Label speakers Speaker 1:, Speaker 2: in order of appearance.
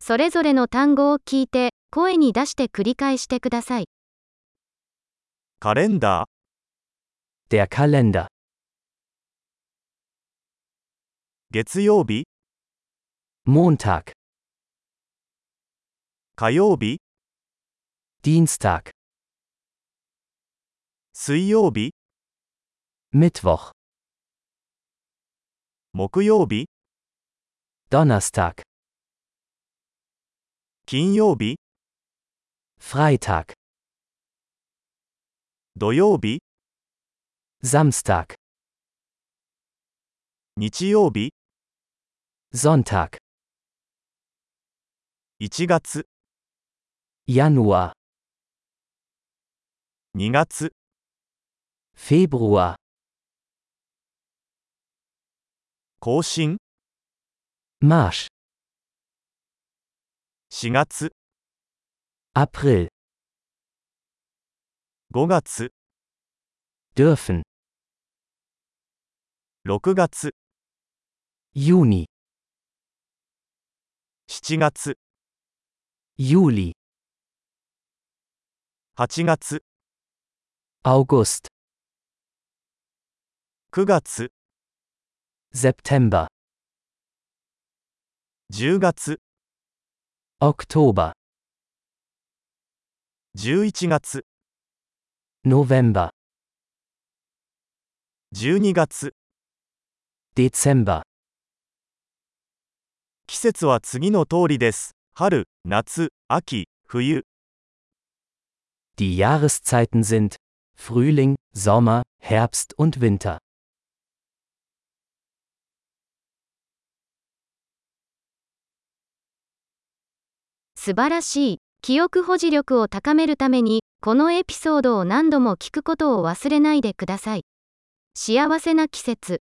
Speaker 1: それぞれの単語を聞いて、声に出して繰り返してください。
Speaker 2: Kalender,
Speaker 3: Der Kalender.
Speaker 2: 月曜日、
Speaker 3: Montag.
Speaker 2: 火曜日、
Speaker 3: Dienstag.
Speaker 2: 水曜日、
Speaker 3: Mittwoch.
Speaker 2: 木曜日、
Speaker 3: Donnerstag.
Speaker 2: 金曜日、
Speaker 3: Freitag.
Speaker 2: 土曜日、
Speaker 3: Samstag.
Speaker 2: 日曜日、
Speaker 3: Sonntag.
Speaker 2: 1月、
Speaker 3: Januar.
Speaker 2: 2月、
Speaker 3: Februar.
Speaker 2: 更新、
Speaker 3: Marsch.
Speaker 2: 4月、
Speaker 3: April.
Speaker 2: 5月、
Speaker 3: Dürfen.
Speaker 2: 6月、
Speaker 3: Juni.
Speaker 2: 7月、
Speaker 3: Juli.
Speaker 2: 8月、
Speaker 3: August.
Speaker 2: 9月、
Speaker 3: September.
Speaker 2: 10月、
Speaker 3: Oktober.
Speaker 2: 11月、
Speaker 3: November.
Speaker 2: 12月、
Speaker 3: Dezember.
Speaker 2: 季節は次の通りです。春、夏、秋、冬。
Speaker 3: Die Jahreszeiten sind Frühling, Sommer, Herbst und Winter.
Speaker 1: 素晴らしい。記憶保持力を高めるために、このエピソードを何度も聞くことを忘れないでください。幸せな季節。